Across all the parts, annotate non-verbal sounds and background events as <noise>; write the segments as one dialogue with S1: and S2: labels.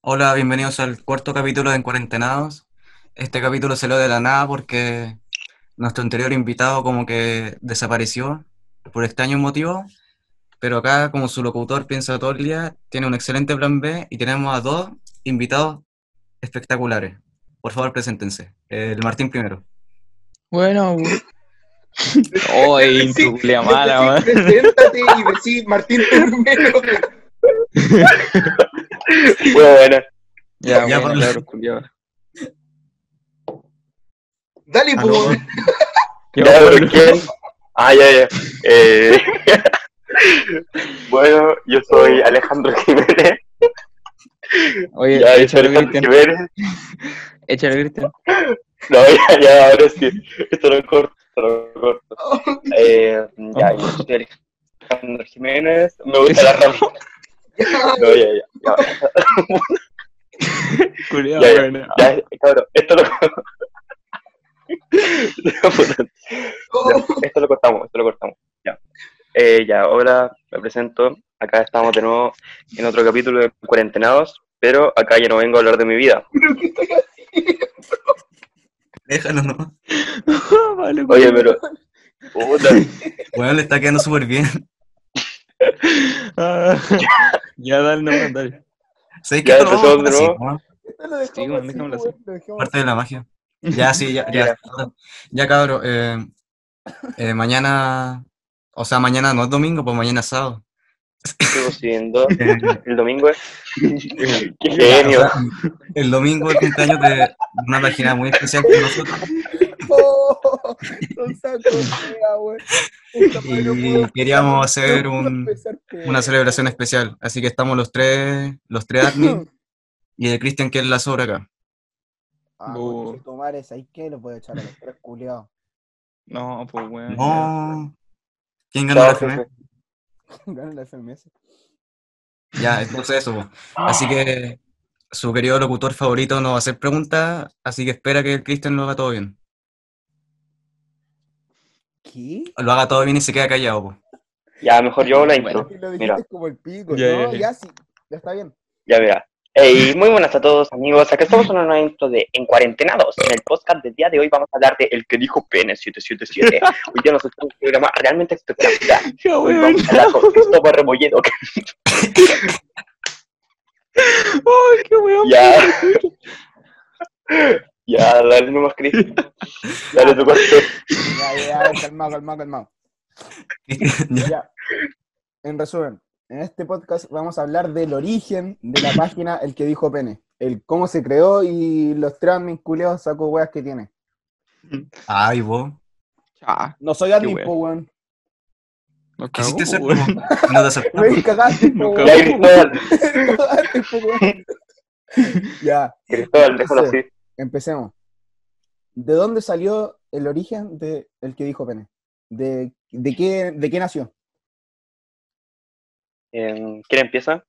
S1: Hola, bienvenidos al cuarto capítulo de Encuarentenados. Este capítulo salió de la nada porque nuestro anterior invitado como que desapareció por extraños motivos, pero acá como su locutor piensa todo el día, tiene un excelente plan B y tenemos a dos invitados espectaculares. Por favor, preséntense. El Martín primero.
S2: <laughs>
S3: Bueno,
S2: Oh, tu culia mala,
S4: Decí,
S2: weón.
S4: Preséntate y decí Martín Termero.
S2: Bueno, ya,
S1: Ya,
S2: bueno,
S1: Pablo.
S2: claro, culiao.
S4: Dale, pues.
S1: Ah,
S4: po,
S1: no.
S2: Ya,
S4: weón.
S5: Ya,
S2: bueno,
S5: pero ¿quién? Ah, ya, ya. Eh, bueno, yo soy Alejandro Jiménez.
S2: Oye,
S5: Ya, yo soy
S2: échalo, Cristian.
S5: Alejandro Jiménez.
S2: Échalo, <laughs> Cristian.
S5: No, ya, ya, ahora sí. Esto lo corto, esto lo corto. Eh, ya, yo soy Alejandro Jiménez. Me gusta la rama. No, ya, ya. Ya,
S2: Culiao,
S5: Ya, ya.
S6: <laughs>
S2: bueno.
S5: ya, cabrón, esto lo Esto
S4: <laughs>
S5: lo cortamos, esto lo cortamos. Ya. Eh, ya, ahora me presento. Acá estamos de nuevo en otro capítulo de Cuarentenados, pero acá ya no vengo a hablar de mi vida.
S4: Pero qué estoy haciendo.
S1: Déjalo, ¿no?
S2: Vale,
S5: Oye,
S2: culiao.
S5: pero. Puta.
S1: Bueno, le está quedando súper bien. <laughs>
S2: Ah, <laughs> ya, dale, no, dale.
S1: ¿Sabes
S5: Ya,
S1: qué? Lo vamos a
S5: empezamos
S1: dejar
S5: de
S1: así,
S5: nuevo.
S1: ¿no?
S2: Sí, weón, déjamelo
S4: Lo dejamos así,
S2: así.
S4: weón, lo dejamos
S1: Parte de la magia. Ya, sí, ya, ya. Ya, cabro. eh, eh, mañana, o sea, mañana no es domingo, pues mañana es sábado.
S5: Sigo siendo.
S1: Eh,
S5: El domingo es. Qué
S1: o
S5: genio.
S1: sea, el domingo es cumpleaños de una página muy especial con nosotros
S4: así. Oh,
S6: <laughs>
S4: son sacos, wea, weón. Esta madre no
S1: y
S4: puedo-
S1: queríamos hacer
S4: no puedo
S1: un-
S4: empezar, po,
S1: una celebración especial. Así que estamos los tres, los tres admin y el Cristian que es la sobra acá.
S6: Ah,
S2: Bu.
S6: conche tu madre, ¿sabes qué? Lo puedo echar a los tres culiados.
S2: No, pues, weón.
S6: Ah,
S1: No. ¿Quién ganó la
S5: Chao,
S1: FMS?
S6: <laughs>
S5: jefe.
S6: Ganan la FMS.
S1: Ya, entonces eso. po. Así que su querido locutor favorito nos va a hacer preguntas, así que espera que el Cristian lo haga todo bien.
S6: ¿Qué?
S1: Lo haga todo bien y se queda callado. po. <laughs>
S5: Ya, mejor yo hago la intro.
S6: Y lo dijiste
S5: Mira.
S6: como el pico,
S2: Ya,
S6: ¿no?
S2: ya, ya.
S6: Ya, sí, ya está bien.
S5: Ya verá. Hey, muy buenas a todos amigos, acá estamos en una nueva intro de En Cuarentenados. En el podcast del día de hoy vamos a hablar de El que dijo Pene 777. Hoy día nos espera un programa realmente espectacular.
S2: Ya,
S5: Hoy
S2: weón.
S5: vamos a hablar con Cristóbal Rebolledo. que-
S2: <laughs> Ay, qué weón.
S5: Ya. Ya, dale nomás, Cris. Dale tu cuarto.
S6: Ya, ya, ya, calmado, calmado, calmado. Ya. En resumen, en este podcast vamos a hablar del origen de la página El que dijo Pene. El cómo se creó y los tres admin culiados saco weas que tiene.
S1: Ay, vos.
S2: Ya.
S6: No soy admin,
S2: wea.
S6: po, weón.
S2: Nos cagó,
S1: Quisiste ser
S2: weón.
S1: como- No te aceptamos.
S6: Me cagaste, po,
S2: Ah, pues, <laughs> Nunca
S5: Ya,
S6: weón.
S5: Cristóbal,
S6: <laughs> Cagaste, po, weón. Ya.
S5: Cristóbal, déjalo así.
S6: Empecemos. ¿De dónde salió el origen de el que dijo Pene? ¿De, de, qué, ¿De qué nació? <laughs>
S5: Eh, ¿Quién empieza?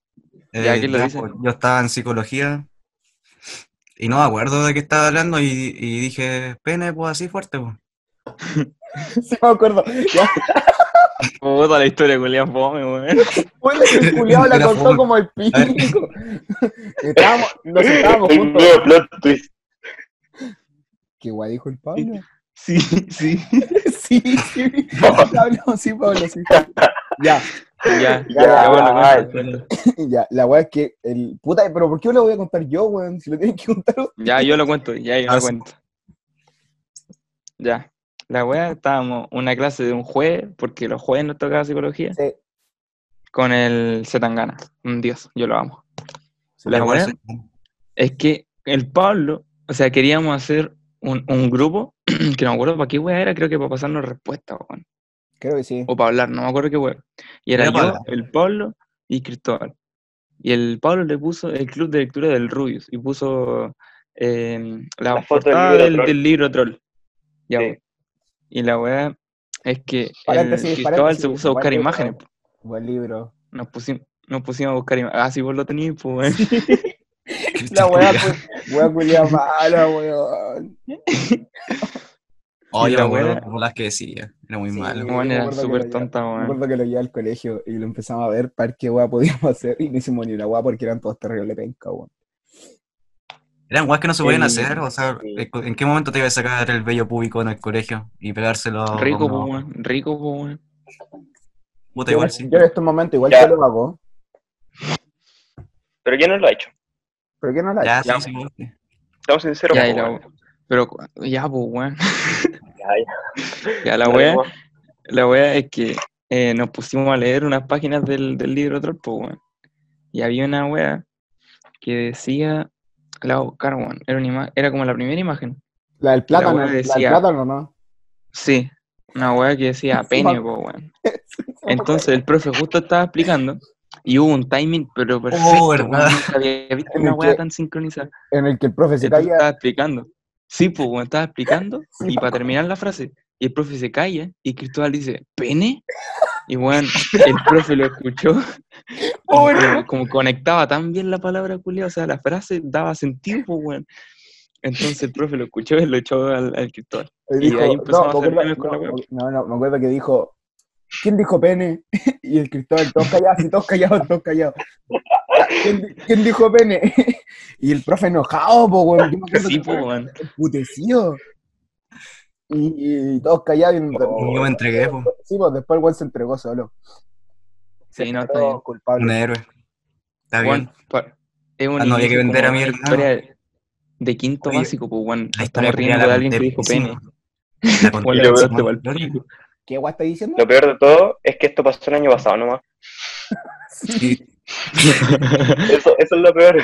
S1: Eh,
S2: Ya, ¿quién lo
S1: yo,
S2: dice?
S1: yo estaba en psicología y no me acuerdo de qué estaba hablando y, y dije, pene, pues así fuerte, pues.
S6: Sí, me acuerdo. Ya,
S2: <laughs> Puta la historia, culiao, fome, weón. <laughs>
S6: bueno, el culiao la
S1: Era
S6: cortó
S1: fome.
S6: como el pico. Estábamos, <laughs> nos estábamos
S5: Un
S6: juntos.
S5: nuevo plot twist.
S6: ¿Qué guay dijo el Pablo? <laughs>
S2: Sí, sí.
S6: Sí, sí. Pablo, sí, Pablo, sí. Ya,
S2: Ya,
S5: Ya,
S2: ya, bueno,
S5: ay,
S2: cuenta, cuenta.
S6: ya. La guay es que el. Puta, pero ¿por qué lo voy a contar yo, weón? Si lo tienen que contar ustedes.
S2: Ya, yo lo cuento, ya, yo
S1: Ah,
S2: lo
S1: sí.
S2: cuento. Ya. La wea, estábamos una clase de un juez, porque los jueves nos tocaba psicología,
S6: Sí,
S2: con el Zetangana. Un dios, yo lo amo. <laughs> <laughs>
S6: sí,
S2: La
S1: Igual
S2: wea
S1: soy-
S2: es que el Pablo, o sea, queríamos hacer un, un grupo, <clears throat> que no me acuerdo para qué wea era, creo que para pasarnos respuestas, weón,
S6: Creo que sí.
S2: o para hablar, no me acuerdo qué wea. Y era
S1: Era para
S2: yo,
S1: hablar.
S2: el Pablo y Cristóbal. Y el Pablo le puso el club de lectura del Rubius, y puso eh, la,
S5: La foto del
S2: portada
S5: libro
S2: del,
S5: Troll.
S2: del libro Troll. Ya,
S5: Sí.
S2: weón. Y la weá es que el
S6: Paréntesis,
S2: Cristóbal se
S6: paréntesis,
S2: puso a buscar
S6: buen libro.
S2: imágenes. po.
S6: Buen libro.
S2: Nos pusimos, nos pusimos a buscar imágenes. Ah, sí, vos lo tenías, pues,
S1: <laughs>
S2: weón.
S6: La weá,
S2: pues.
S6: cu- weá culiada mala, weón.
S1: Oh,
S2: Y
S1: yo
S2: la
S1: me acuerdo
S2: wea-
S1: de las bolas que decía. Era muy
S6: Sí,
S1: malo.
S6: yo
S2: Weón,
S6: me
S2: era
S6: acuerdo que
S2: súper
S6: lo
S2: tonta,
S6: Me
S2: weón.
S6: acuerdo que lo llevé al <laughs> colegio y lo empezamos a ver para ver qué weá podíamos hacer y no hicimos ni una weá porque eran todos terribles penca, weón.
S1: Eran guas que no se podían
S2: El-
S1: hacer, o sea, eh,
S5: sí.
S1: ¿en qué momento te ibas a sacar el vello público en el colegio y pegárselo a
S2: Rico,
S1: como-
S2: po, weón. Rico, po, weón.
S1: Puta,
S6: Yo,
S1: igual sí.
S6: yo en estos momentos igual
S5: Ya.
S6: yo lo hago,
S5: Pero ¿quién no lo ha hecho?
S6: pero ¿qué no la
S1: Ya, sí,
S5: Ya.
S1: sí, sí.
S5: Estamos sinceros.
S2: Ya,
S5: po,
S2: y la-
S5: weón.
S2: Pero, cu- ya, pues, weón. <laughs>
S5: Ya, ya.
S2: Ya, la
S5: Dale,
S2: wea,
S5: weón.
S2: la wea es que eh, nos pusimos a leer unas páginas del, del libro troll, po, weón. Y había una wea que decía. La voy a buscar, weón. Era, una ima- era como la primera imagen.
S6: La del plátano,
S2: La
S6: la,
S2: abuela
S6: del
S2: decía-
S6: plátano, ¿no?
S2: Sí, una wea que decía pene, po, weón. Entonces el profe justo estaba explicando y hubo un timing, pero perfecto.
S1: Oh,
S2: weón,
S1: ¿verdad?
S2: nunca había visto
S6: En
S2: una
S6: el
S2: weá
S6: que-
S2: tan sincronizada.
S6: En el que el profe se
S2: El profe
S6: calla, pues.
S2: estaba explicando. Sí, pues, weón, estaba
S6: <laughs>
S2: explicando y para terminar la frase. Y el profe se calla y Cristóbal dice, ¿pene? Y bueno, el profe lo
S6: <laughs>
S2: escuchó. y
S6: Oh,
S2: como, como conectaba tan bien la palabra culia, o sea, la frase daba sentido, pues, weón. Entonces el profe lo escuchó y lo echó al, al Cristóbal.
S6: y
S2: y
S6: dijo,
S2: ahí
S6: no,
S2: empezamos
S6: me
S2: a hacer
S6: acuerdo,
S2: memes con la
S6: no,
S2: wea.
S6: no, no, me acuerdo que dijo, ¿quién dijo pene? <laughs> Y el Cristóbal, todos callados, y todos callados, todos callados. <laughs> ¿Quién, di- quién dijo pene? <laughs> Y el profe enojado, po, weón. Yo me acuerdo
S2: Sí,
S6: que
S2: pues, weón.
S6: putecido. Y, y todos callados. Y,
S1: Oh, Yo me entregué, po.
S6: Sí, pues después el weón se entregó solo.
S2: Sí, no, está
S6: Pero
S2: bien.
S6: culpable.
S1: Un héroe. Está bien.
S2: Bueno, pa- es un
S1: Ah, no había que
S2: inicio
S1: vender
S2: como
S1: a mi
S2: una
S1: hermano.
S2: historia de quinto
S1: Oye,
S2: básico, pues, weón.
S1: La
S2: Nos
S1: historia
S2: estamos
S1: culiá
S2: riendo
S1: la
S2: de alguien que
S1: conté
S2: dijo pene.
S1: pésimo. La conté pues.
S2: <laughs> Weón,
S5: lo
S1: pésimo.
S2: cortaste pa'l
S1: Lori.
S2: pico.
S6: ¿Qué guay está diciendo? <laughs>
S5: Lo peor de todo es que esto pasó el año pasado nomás.
S1: Sí,
S5: Eso, eso es lo peor.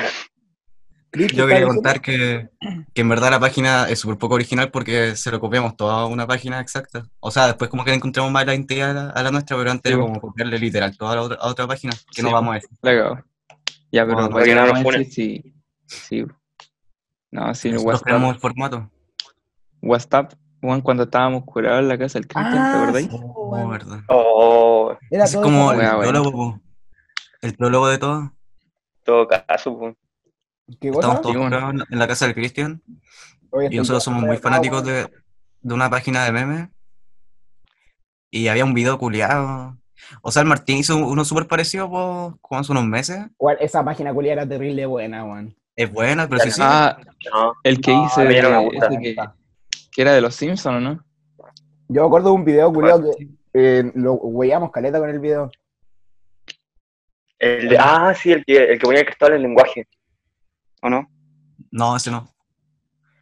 S6: Chris, ¿qué
S1: yo
S6: está
S1: quería
S6: diciendo?
S1: contar que, que en verdad la página es súper poco original porque se lo copiamos toda una página exacta. O sea, después como que le encontramos más la identidad a la, a la nuestra, pero antes
S2: Sí,
S1: era
S2: po.
S1: como copiarle literal toda la otra, a otra página, que
S2: Sí, pues.
S1: no
S2: po.
S1: vamos a decir.
S2: La cagó. Ya, pero
S1: Bueno,
S2: ¿para
S5: que
S2: qué
S5: no
S2: vamos
S5: nos
S2: a
S5: funen.
S2: decir si- si- No, si el
S1: Nosotros
S2: WhatsApp,
S1: creamos el formato.
S2: WhatsApp, weón, cuando estábamos curados en la casa del Cristian, ¿te
S6: Ah,
S2: acordáis?
S6: sí.
S1: Oh,
S6: bueno.
S1: verdad.
S5: Oh,
S6: Era
S1: Ese es
S6: todo
S1: como el
S6: esa-
S2: Wea, bueno.
S1: prólogo, po. El prólogo de todo.
S5: todo caso. po.
S6: ¿Qué cosa?
S1: Estamos todos
S2: Sí, bueno.
S1: curados en la- en la casa del Cristian.
S6: Oye,
S1: Y
S6: estoy
S1: nosotros somos muy
S6: acá,
S1: fanáticos
S6: weón.
S1: de, de una página de memes. Y había un video culiado. O sea, el Martín hizo uno súper parecido po, como hace unos meses.
S6: Weón, esa página culia era terrible buena, weón.
S1: Es buena, pero sí, sí.
S2: Ah,
S5: No,
S2: el que
S6: No,
S1: Ah,
S2: hice,
S5: a mí no me
S2: de-
S5: gusta.
S2: ese que, que era de los Simpsons, ¿no?
S6: Yo me acuerdo de un video culiado que eh, lo weyamos caleta con el video.
S5: el de- ah, sí, el que, el que ponía el cristal en el lenguaje. ¿O no?
S1: No, ese no.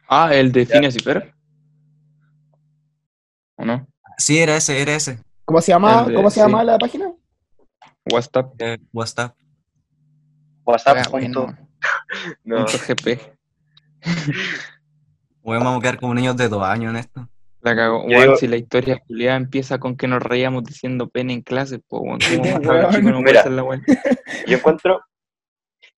S2: Ah, el de Phineas y Ferb. ¿O no?
S1: Sí, era ese, era ese.
S6: ¿Cómo se llama,
S2: El de-
S6: ¿cómo se
S2: sí.
S6: llama la página?
S2: WhatsApp.
S1: Eh, WhatsApp.
S5: WhatsApp.
S2: Wea,
S5: punto.
S2: Ah, bueno,
S5: No.
S2: punto GP.
S1: Weón, vamos a quedar como niños de dos años en esto.
S2: La cagó.
S5: Yo
S2: Weón,
S5: digo-
S2: si la historia culiada empieza con que nos reíamos diciendo pene en clase, po, weón.
S5: <laughs>
S2: ¿Cómo
S6: Sí,
S2: más cabros
S6: weón.
S2: chicos no puede
S5: Mira.
S2: ser la
S5: <laughs>
S2: weón?
S5: Yo encuentro,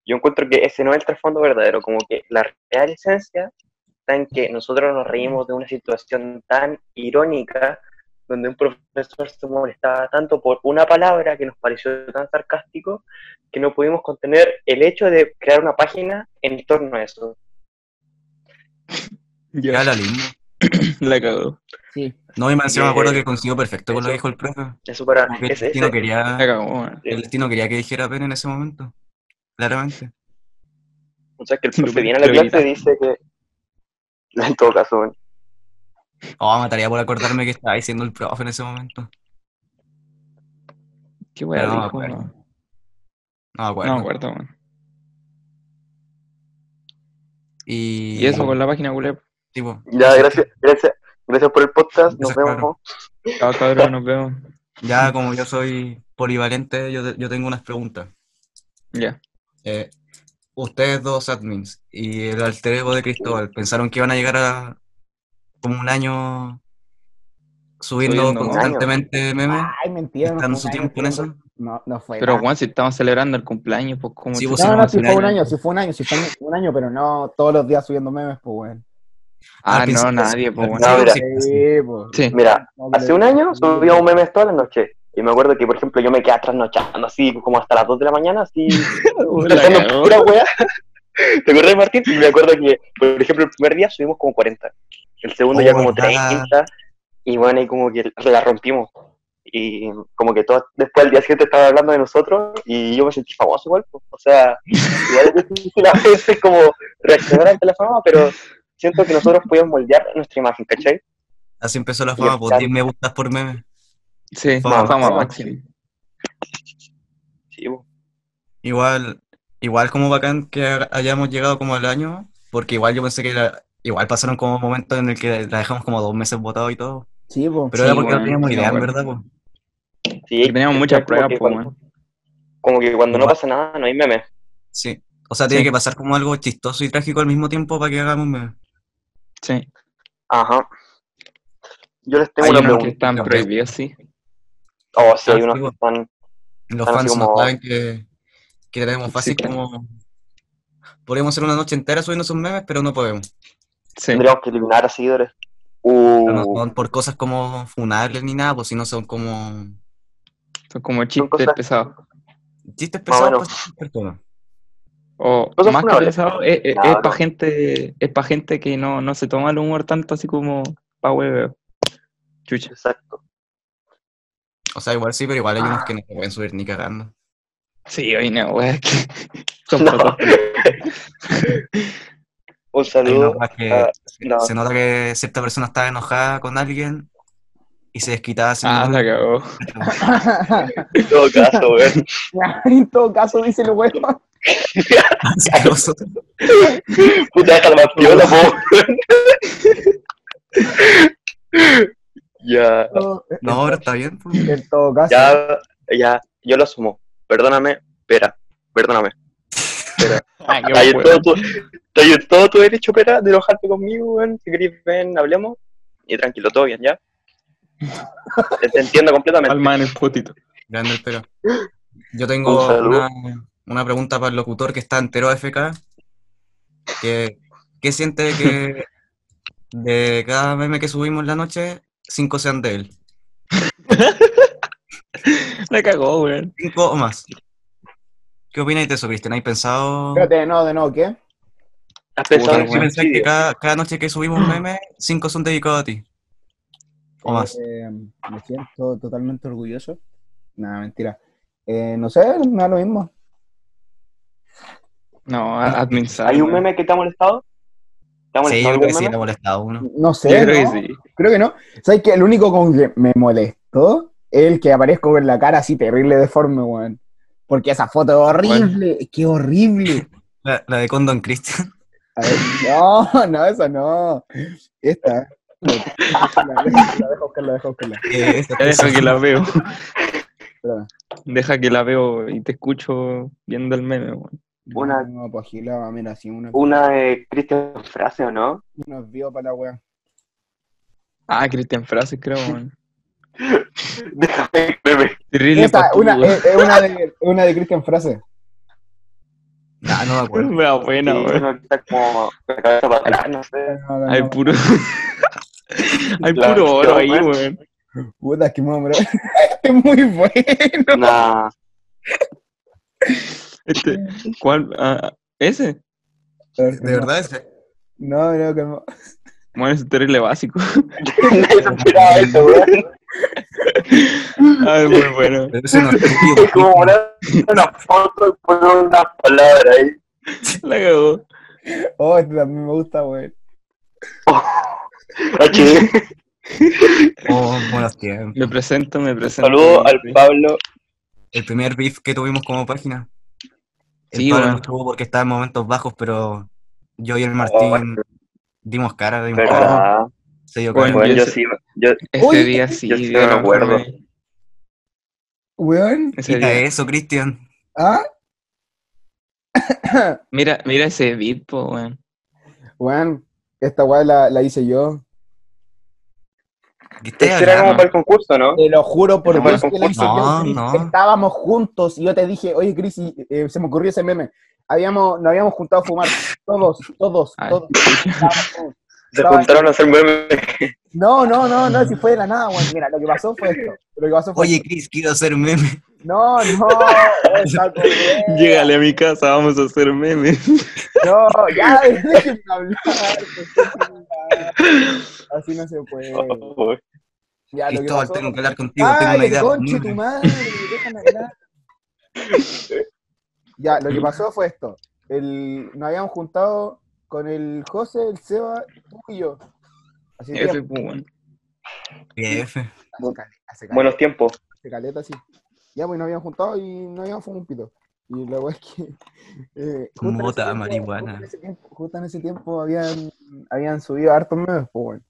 S5: yo encuentro que ese no es el trasfondo verdadero, como que la real esencia está en que nosotros nos reímos de una situación tan irónica donde un profesor se molestaba tanto por una palabra que nos pareció tan sarcástico que no pudimos contener el hecho de crear una página en torno a eso.
S1: Ya la linda.
S2: <laughs> La cagó.
S6: Sí.
S1: No, y más encima me
S5: Eh,
S1: acuerdo que consiguió perfecto con lo
S5: eso.
S1: que dijo el profe.
S5: Eso para...
S1: Como que el
S5: ese-
S1: destino
S5: ese-
S2: La
S5: eh,
S1: quería,
S2: cagó, weón.
S1: el destino quería que dijera pena en ese momento. Claramente.
S5: o sea, que el
S2: Lo
S5: profe viene a
S2: lo
S5: la clase y
S2: gritaste.
S5: dice que... <laughs> En todo caso, bueno.
S1: Oh, mataría por acordarme que estaba diciendo el profe en ese momento.
S2: Qué weá
S1: Pero no me
S2: dijo,
S1: acuerdo.
S2: weón.
S1: No me acuerdo.
S2: No me acuerdo, weón.
S1: Y,
S2: Y eso con la página culiada.
S1: Sí, po.
S5: Ya, gracias, gracias, gracias por el podcast,
S1: Gracias,
S5: nos
S1: cabrón.
S5: vemos.
S2: Chao, cabros, nos vemos.
S1: Ya como yo soy polivalente, yo, te- yo tengo unas preguntas.
S2: Ya.
S1: Eh, ustedes dos admins y el alter ego de Cristóbal, ¿pensaron que iban a llegar a como un año subiendo,
S2: Subiendo, Ah, ¿no?
S1: constantemente memes?
S6: Ay, mentira. no
S1: ¿Gastando
S6: fue
S1: su
S6: un año,
S1: tiempo en
S6: fue-
S1: eso?
S6: No, no fue.
S2: Pero,
S6: nada.
S2: weón, si estamos celebrando el cumpleaños, pues como...
S1: Sí,
S2: chucha,
S1: vos
S6: no,
S1: sí,
S2: vamos
S6: no,
S2: a
S1: no,
S6: si
S1: un
S6: fue un
S1: año.
S6: año, si fue un año, si fue un año, pero no todos los días subiendo memes, pues, weón.
S2: Ah,
S1: Al
S2: no,
S1: principio
S2: nadie,
S1: sí,
S2: pues,
S1: al
S2: weón.
S5: No,
S1: principio
S5: mira.
S1: sí.
S6: Sí, pues.
S2: Sí.
S5: Mira,
S6: No, pero-
S5: hace un año subía un meme todas las noches. Y me acuerdo que, por ejemplo, yo me quedaba trasnochando así, como hasta las 2 de la mañana, así,
S2: Weón, la
S5: tratando
S2: cagó.
S5: pura weá. <laughs> ¿Te acuerdas, Martín? Y me acuerdo que, por ejemplo, el primer día subimos como 40. El segundo
S1: Oh,
S5: ya como
S1: verdad.
S5: 30. Y bueno, y como que la rompimos. Y como que todo, después al día siguiente estaban hablando de nosotros y yo me sentí famoso igual. pues. O sea, igual <laughs> es difícil a veces como reaccionar ante la fama, pero siento que nosotros podíamos moldear nuestra imagen, ¿cachai?
S1: Así empezó la fama, pues
S5: está-
S1: 10 me gustas por meme.
S2: Sí,
S1: Fama,
S2: fama,
S5: fama.
S2: máxima.
S5: Sí, po.
S1: Igual, igual como bacán que ha- hayamos llegado como al año, porque igual yo pensé que la- igual pasaron como momentos en el que la dejamos como dos meses botado y todo.
S6: Sí, po.
S1: Pero era
S2: Sí,
S1: porque
S2: bueno,
S1: no teníamos
S2: sí,
S1: idea, en
S2: bueno.
S1: verdad, pues.
S5: Sí,
S2: Y teníamos
S5: es
S2: muchas
S5: como
S2: pruebas,
S5: que
S2: pues,
S5: cuando- Como que cuando no pasa nada, no hay memes.
S1: Sí. O sea, tiene
S2: Sí.
S1: que pasar como algo chistoso y trágico al mismo tiempo para que hagamos un meme.
S2: Sí.
S5: Ajá. Yo les tengo
S2: Hay
S5: una
S2: unos que
S5: pregunta.
S2: están
S1: una
S2: prohibidos, sí.
S5: Oh, sí,
S1: Ah,
S5: hay unos
S1: sí,
S5: que
S1: bueno.
S5: están.
S1: Los
S5: Están así
S1: fans no
S5: como-
S1: saben que, que tenemos fácil
S2: Sí.
S1: como... Podríamos hacer una noche entera subiendo esos memes, pero no podemos.
S2: Sí.
S5: Tendríamos que eliminar a seguidores.
S1: Pero no
S5: Uh,
S1: son por cosas como funables ni nada, pues si no son como
S2: Son como chistes
S5: cosas-
S2: pesados.
S1: chistes
S5: Más o
S1: pesados
S5: menos.
S1: para esas personas.
S2: O
S5: Cosas
S2: más que
S5: funables.
S2: pesados, es, es,
S5: Claro.
S2: para gente, es pa' gente que no, no se toma el humor tanto así como pa' hueveo. Chucha.
S5: exacto.
S1: O sea, igual sí, pero igual hay
S5: Ah.
S1: unos que no se pueden subir ni cagando.
S2: Sí, hoy no, wey. <laughs>
S5: <laughs>
S2: Son
S5: No.
S2: pocos.
S1: Hay
S5: Un
S1: unos
S5: saludo.
S1: más que
S5: ah, no.
S1: se nota que cierta persona estaba enojada con alguien y se desquitaba haciendo
S2: Ah, la cagó.
S5: En todo
S2: <laughs>
S5: caso, weón.
S6: <laughs> en todo caso, dice el weón.
S1: Asqueroso.
S5: Puta, déjala más
S2: <laughs>
S5: piola, po, weón. <laughs> Ya.
S1: <laughs> No, ahora está bien. pues.
S6: En todo caso.
S5: Ya, ya, yo lo asumo. Perdóname, espera, perdóname.
S2: Ah, qué
S5: Estás en
S2: huevo.
S5: todo, tu- estás en todo tu derecho, espera, de enojarte conmigo, weón. Si querés, ven, hablemos. Y tranquilo, todo bien, <laughs> ya. Te te entiendo completamente.
S2: Alma en el potito.
S1: Grande el pelo. Yo
S5: Un
S1: tengo
S5: saludo.
S1: una, una pregunta para el locutor que está entero AFK. Que, ¿Qué siente que de cada meme que subimos en la noche, cinco sean de él?
S2: La cagó, weón.
S1: Cinco o más. ¿Qué opináis de eso, Cristian? ¿Hay pensado?
S6: Espérate, no, de nuevo, ¿qué?
S5: Has pensado
S2: Puta,
S5: en
S1: ¿Sí
S2: weón.
S1: pensás que
S5: suicidio.
S1: cada, cada noche que subimos un meme, cinco son dedicados a ti? ¿O más?
S6: Eh, me siento totalmente orgulloso. Nada, mentira. Eh, no sé, me da lo mismo.
S2: No, a- admin sabe,
S5: ¿Hay un
S2: weón.
S5: meme que te ha molestado? ¿Te ha molestado
S1: Sí, yo creo
S5: algún
S1: que sí,
S5: meme?
S1: le ha molestado a uno.
S6: No sé.
S2: Yo creo
S6: ¿no?
S2: que sí.
S6: Creo que no. ¿Sabes qué? El único con que me molestó es el que aparezco con la cara así terrible deforme, weón. Porque esa foto es horrible. ¡Qué horrible!
S1: La, la de Condon <laughs> Christian.
S6: A ver, no, <laughs> no, esa no. Esta. <laughs> La dejo, la dejo, buscar, la dejo, buscar, la dejo.
S1: Eh, esa
S2: <laughs> Ya Deja que la veo.
S6: Espérame.
S2: Deja que la veo y te escucho viendo el meme, weón.
S5: Una-
S6: No, pues gilaba, mira, así uno,
S5: Una de Cristian Frase, ¿o no? <laughs>
S6: uno es vivo para la weón.
S2: Ah, Cristian Frases, creo, weón.
S5: <laughs> Déjame, meme.
S2: Terrible
S6: Esa,
S2: pa' tú,
S6: una,
S2: weón.
S6: es- es una de, una de Cristian Frase.
S1: Ah, no me acuerdo.
S2: <laughs> Wea buena,
S5: eh, Sí,
S2: weón.
S5: uno que está como con la cabeza para atrás,
S1: <laughs>
S5: no sé.
S6: No, no,
S2: Hay
S6: no.
S2: puro. <laughs> Hay
S5: La-
S2: puro oro ahí,
S5: weón.
S2: weón.
S6: Puta, es que me hombre. <laughs> es muy bueno.
S5: Nah.
S2: Este, ¿Cuál? Ah, ¿Ese?
S1: ¿De verdad ese?
S6: No, no, calma.
S2: Bueno, es terrible
S5: <laughs>
S2: básico.
S5: Nadie se esperaba eso, weón.
S2: Ay, muy bueno.
S1: Pero ese no
S2: <laughs>
S1: es
S5: Es como
S1: tuyo. <laughs>
S5: una, una foto y poner unas palabras ahí.
S2: La cagó.
S6: Oh, este también me gusta, weón.
S5: HD.
S1: Oh, buenos tiempos.
S2: Me presento, me presento.
S5: Saludo al Pablo.
S1: El primer beef que tuvimos como página. El
S2: Sí,
S1: Pablo
S2: bueno. Oh,
S1: no estuvo porque estaba en momentos bajos, pero yo y el Martín dimos cara, dimos cara.
S5: ¿Verdad?
S1: Se dio
S2: Bueno,
S1: cara.
S5: Bueno,
S2: yo
S5: yo
S2: sé-
S5: sí. Yo,
S2: Ese
S6: Uy,
S2: Este día sí,
S5: yo sí
S2: día
S5: me
S2: no
S5: acuerdo. eh.
S2: acuerdo.
S6: Weón,
S2: Ese
S1: Quita
S2: día.
S1: eso, Cristian.
S6: ¿ah?
S2: Mira, mira ese beat, po, weón.
S6: Weón, esta weá la, la hice yo.
S1: ¿Qué estás
S5: este era como
S1: hablando?
S5: para el concurso, ¿no?
S6: Te lo juro por
S2: No,
S6: Dios que la hice
S1: no,
S6: yo. Chris,
S1: no.
S6: que Estábamos juntos y yo te dije, oye, Chris, y, eh, se me ocurrió ese meme. Habíamos, nos habíamos juntado a fumar. Todos, todos,
S2: Ay.
S6: todos. Estábamos todos.
S5: Se juntaron a hacer memes. <laughs>
S6: No, no, no, no, si fue de la nada, weón. Mira, lo que pasó fue esto. Lo que pasó fue
S1: Oye,
S6: esto.
S1: Chris, quiero hacer meme.
S6: No, no, weón, saco, weón.
S2: Llegale a mi casa, vamos a hacer <laughs> memes.
S6: No, ya, <laughs> déjenme hablar. pues, déjenme hablar. Así no se puede.
S5: Oh,
S2: Ah,
S6: Ya, lo que
S1: Cristóbal,
S6: pasó-
S1: tengo que hablar contigo, tengo una
S6: ¡Ay,
S1: idea.
S6: conche tu
S1: Mm.
S6: madre! Déjame
S1: <laughs>
S6: hablar. Ya, lo que pasó fue esto. El, nos habíamos juntado con el José, el Seba, tú y yo. Así que
S2: F, pues, weón.
S1: F.
S6: hace caleta,
S5: Buenos tiempos.
S6: hace caleta, sí. Ya, pues nos habíamos juntado y nos habíamos fumado un pito. Y la wea es que. <laughs> eh, justo en ese
S1: Mota,
S6: tiempo-
S1: marihuana.
S6: Justo en ese tiempo, justo en ese tiempo habían, habían subido hartos memes, pues, weón.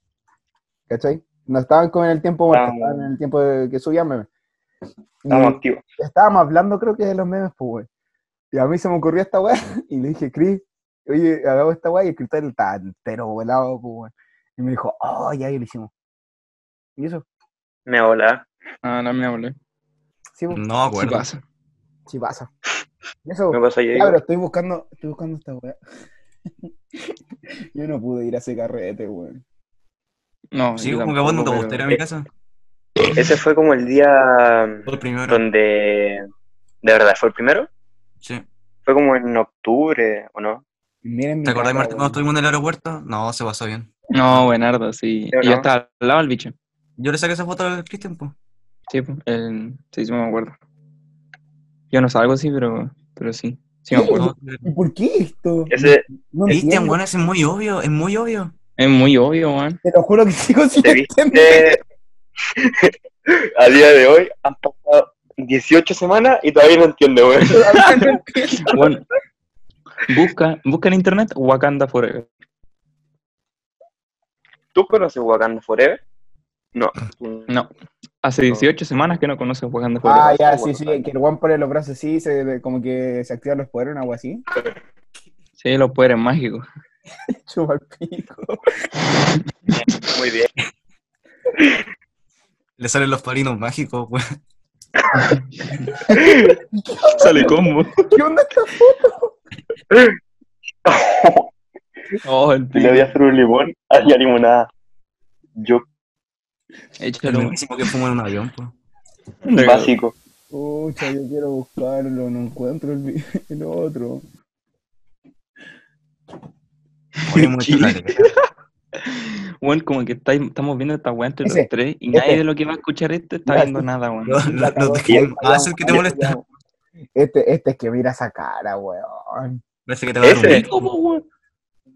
S6: ¿Cachai? No estaban con el tiempo muerto,
S5: Estábamos-
S6: estaban en el tiempo de que subían memes. Y-
S5: Estamos activos.
S6: estábamos hablando, creo que de los memes, pues, güey. Y a mí se me ocurrió esta weá <laughs> y le dije, Chris, oye, hagamos esta weá y el cristal estaba entero volado, pues, güey. Y me dijo, oh, ya, ya lo hicimos. Y eso,
S5: Me hola.
S2: Ah, no me hablé.
S6: sí, pues,
S1: No,
S2: Sí
S1: acuerdo.
S2: pasa.
S6: sí pasa. Y eso,
S5: Mm. Me pasa ayer.
S6: ya, pero estoy buscando, estoy buscando esta weá. <laughs> Yo no pude ir a ese carrete, güey.
S2: No,
S1: Sí,
S2: yo
S1: como que vos no te
S2: tampoco,
S1: gustaría
S2: pero- eh,
S1: mi casa.
S5: Ese fue como el día mm,
S1: Fue el primero.
S5: donde. ¿De verdad fue el primero?
S1: Sí.
S5: Fue como en octubre, ¿o no?
S6: Miren mi
S1: ¿Te acordás,
S6: cara,
S1: Martín, cuando
S6: güey.
S1: estuvimos en el aeropuerto? No, se pasó bien.
S2: No, buenardo, sí.
S5: Yo
S2: Y ya
S5: no.
S2: está al lado el bicho.
S1: Yo le saqué esa foto al Cristian, pues.
S2: Sí, pues, el... sí, sí, me acuerdo. Yo no salgo así, pero, pero sí. Sí, me
S1: <laughs>
S6: Sí.
S2: acuerdo.
S6: ¿Y por qué esto?
S5: <laughs> Ese,
S6: No
S1: eh, Cristian,
S6: entiendo.
S1: bueno, ese es muy obvio, es muy obvio.
S2: Es muy obvio, man.
S6: Te lo juro que sigo sin
S5: ¿te
S6: entender.
S5: viste? <laughs> a día de hoy han pasado 18 semanas y todavía no entiendo, güey. <laughs>
S2: Bueno, busca, busca en internet Wakanda Forever.
S5: ¿Tú conoces Wakanda Forever? No. No.
S2: No, hace 18 semanas que no conoces Wakanda Forever.
S6: Ah,
S5: Pero
S6: ya,
S5: eso,
S6: sí,
S5: bueno,
S6: sí,
S5: tal.
S6: que el one pone los brazos así, se, como que se activan los poderes, una agua así. <laughs>
S2: Sí, los poderes mágicos.
S6: Chupa el pico.
S5: Muy bien.
S1: Le salen los parinos mágicos, weón.
S2: Sale combo.
S6: ¿Qué onda esta f-
S2: Oh, el
S5: Si le voy a hacer un limón, <laughs> haría limonada. Yo,
S1: Lo
S2: Échalo.
S1: mismo que fumo en un avión, pues.
S5: básico.
S6: Pucha, yo quiero buscarlo, no encuentro el, vi- <laughs> el otro.
S1: Oye, muy
S2: Sí.
S1: tarde.
S2: Bueno, como que estáis- estamos viendo esta weá entre
S6: Ese,
S2: los tres y
S6: ese.
S2: nadie de lo que va a escuchar esto está
S6: Ya,
S2: viendo
S6: sí.
S2: nada, weón. <laughs>
S1: Los,
S6: La
S1: los,
S6: cagó,
S1: los que
S6: la
S1: hacen que te
S6: cagó,
S1: molesta.
S6: ya. Este, este es que mira esa cara, weón.
S1: Parece que te va a dar un
S5: Ese.
S1: pico, po, weón.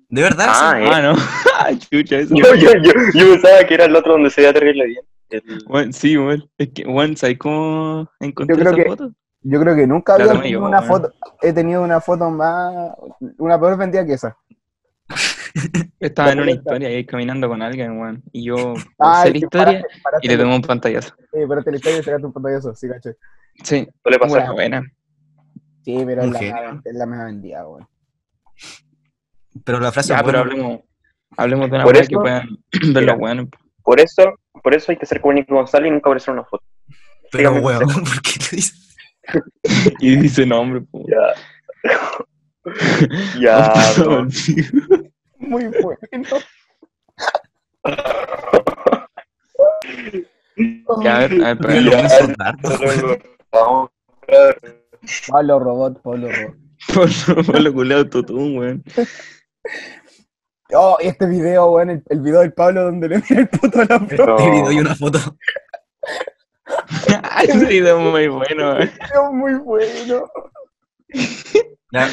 S1: De verdad,
S5: Ah,
S1: sí.
S5: eh.
S2: Ah, no. <laughs> Ah, Chucha, eso.
S5: Yo, yo, yo, yo pensaba que era el otro donde se veía terrible bien. El-
S2: Weón, sí, weón. Es que, weón, ¿sabes cómo encontré
S6: Yo creo
S2: esa
S6: que-
S2: foto?
S6: Yo creo que nunca
S2: La
S6: había
S2: tomé
S6: tenido
S2: yo,
S6: una
S2: weón.
S6: foto, he tenido una foto más, una peor vendida que esa.
S2: Estaba en
S6: La
S2: una
S6: puerta.
S2: historia ahí caminando con alguien, weón. Y yo
S6: Ah,
S2: <laughs> puse la historia y le
S6: tomó.
S2: tomé un pantallazo.
S6: Pero te le estoy sacando un pantallazo, sí, caché.
S2: Sí,
S5: Suele
S2: buena,
S5: pasar.
S2: buena.
S6: Sí, pero es la,
S1: Ingenio.
S6: más- es la más vendida, weón.
S1: Pero la frase
S2: Ya,
S1: es
S2: pero
S1: buena.
S2: hablemos, hablemos de una
S5: Por
S2: weá
S5: eso-
S2: que puedan <clears throat> ver
S5: Mira.
S2: los weones. po.
S5: Por eso, por eso hay que ser como Nico González y nunca aparecer una foto.
S1: Pero,
S5: Dígame,
S1: weón, ¿por qué te dices?
S2: Y dice nombre, po. <laughs>
S5: Ya. ya, bro.
S6: Muy bueno.
S2: Ya, a ver, a ver, pero-
S1: Lo pienso tanto, weón.
S5: Vamos.
S6: Pablo Robot, Pablo Robot.
S2: Por favor, lo culeado tutún, weón.
S6: Oh, y este video, weón, el, el video del Pablo donde le mira el puto a la pro.
S1: <laughs>
S5: No.
S1: Te doy una foto.
S2: <laughs> Ah, Ese video es muy bueno, eh. weón.
S6: Es muy bueno.
S1: Ya,